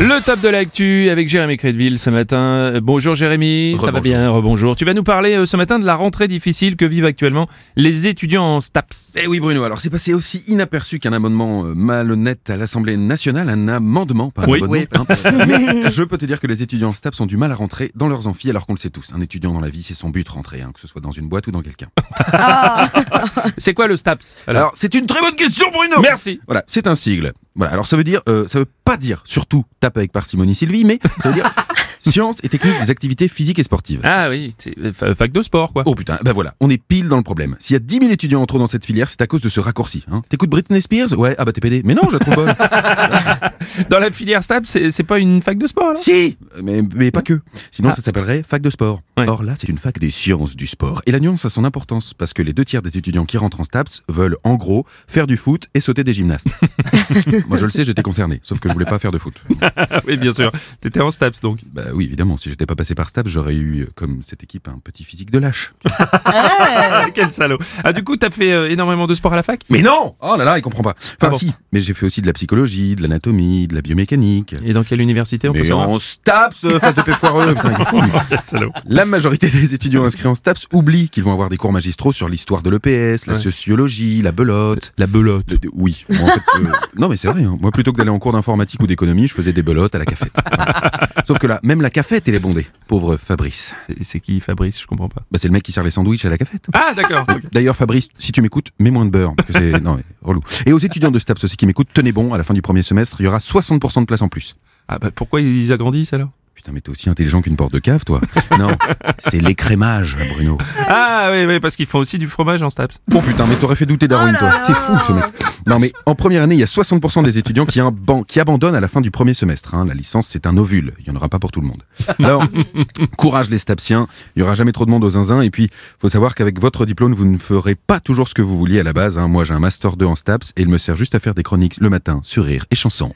Le top de l'actu avec Jérémy Crédville ce matin. Euh, Bonjour Jérémy, ça va bien, rebonjour. Tu vas nous parler euh, ce matin de la rentrée difficile que vivent actuellement les étudiants en STAPS. Eh oui Bruno, alors c'est passé aussi inaperçu qu'un amendement euh, malhonnête à l'Assemblée nationale, un amendement, pas un Oui. abonnement, hein. Mais je peux te dire que les étudiants en STAPS ont du mal à rentrer dans leurs amphis alors qu'on le sait tous. Un étudiant dans la vie, c'est son but rentrer, hein, que ce soit dans une boîte ou dans quelqu'un. C'est quoi le STAPS alors Alors c'est une très bonne question Bruno Merci. Voilà, c'est un sigle. Voilà, alors ça veut dire, euh, ça veut pas dire surtout tape avec parcimonie Sylvie, mais ça veut dire sciences et techniques des activités physiques et sportives. Ah oui, c'est, euh, fa- fac de sport quoi. Oh putain, ben voilà, on est pile dans le problème. S'il y a 10 000 étudiants en trop dans cette filière, c'est à cause de ce raccourci. Hein. T'écoutes Britney Spears Ouais, ah bah t'es PD. Mais non, je la trouve bonne. Dans la filière STAPS, c'est, c'est pas une fac de sport alors si mais, mais pas que. Sinon, ça s'appellerait fac de sport. Ah. Ouais. Or là, c'est une fac des sciences du sport. Et la nuance a son importance, parce que les deux tiers des étudiants qui rentrent en STAPS veulent, en gros, faire du foot et sauter des gymnastes. Moi, je le sais, j'étais concerné, sauf que je voulais pas faire de foot. Ah oui, bien sûr. T'étais en STAPS donc. Bah oui, évidemment, si j'étais pas passé par STAPS, j'aurais eu, euh, comme cette équipe, un petit physique de lâche. Ah, quel salaud. Ah du coup, t'as fait euh, énormément de sport à la fac Mais non Oh là là, il comprend pas. Enfin Ah bon. si, mais j'ai fait aussi de la psychologie, de l'anatomie, de la biomécanique. Et dans quelle université on peut Mais savoir en STAPS, euh, face de paix foireux Putain, il est fou, lui. Quel salaud. La majorité des étudiants inscrits en STAPS oublient qu'ils vont avoir des cours magistraux sur l'histoire de l'EPS, la Ouais. sociologie, la belote. La belote. Le- de- oui. Moi, en fait, euh, non mais c'est vrai, hein. moi plutôt que d'aller en cours d'informatique ou d'économie, je faisais des belotes à la cafette. Voilà. Sauf que là, même la cafette, elle est bondée. Pauvre Fabrice. C'est, c'est qui Fabrice Je comprends pas. Bah, c'est le mec qui sert les sandwichs à la cafette. Ah d'accord. D'ailleurs, Fabrice, si tu m'écoutes, mets moins de beurre. Parce que c'est non, mais relou. Et aux étudiants de STAPS aussi qui m'écoutent, tenez bon, à la fin du premier semestre, il y aura 60% de places en plus. Ah bah pourquoi ils agrandissent alors Putain, mais t'es aussi intelligent qu'une porte de cave, toi. Non, c'est l'écrémage, Bruno. Ah oui, oui, parce qu'ils font aussi du fromage en STAPS. Bon, putain, mais t'aurais fait douter Darwin, toi. C'est fou, ce mec. Non, mais en première année, il y a 60% des étudiants qui, aban- qui abandonnent à la fin du premier semestre. hein. La licence, c'est un ovule. Il n'y en aura pas pour tout le monde. Alors, courage les stapsiens. Il n'y aura jamais trop de monde aux zinzins. Et puis, faut savoir qu'avec votre diplôme, vous ne ferez pas toujours ce que vous vouliez à la base. hein. Moi, j'ai un Master 2 en STAPS et il me sert juste à faire des chroniques le matin sur Rire et Chanson.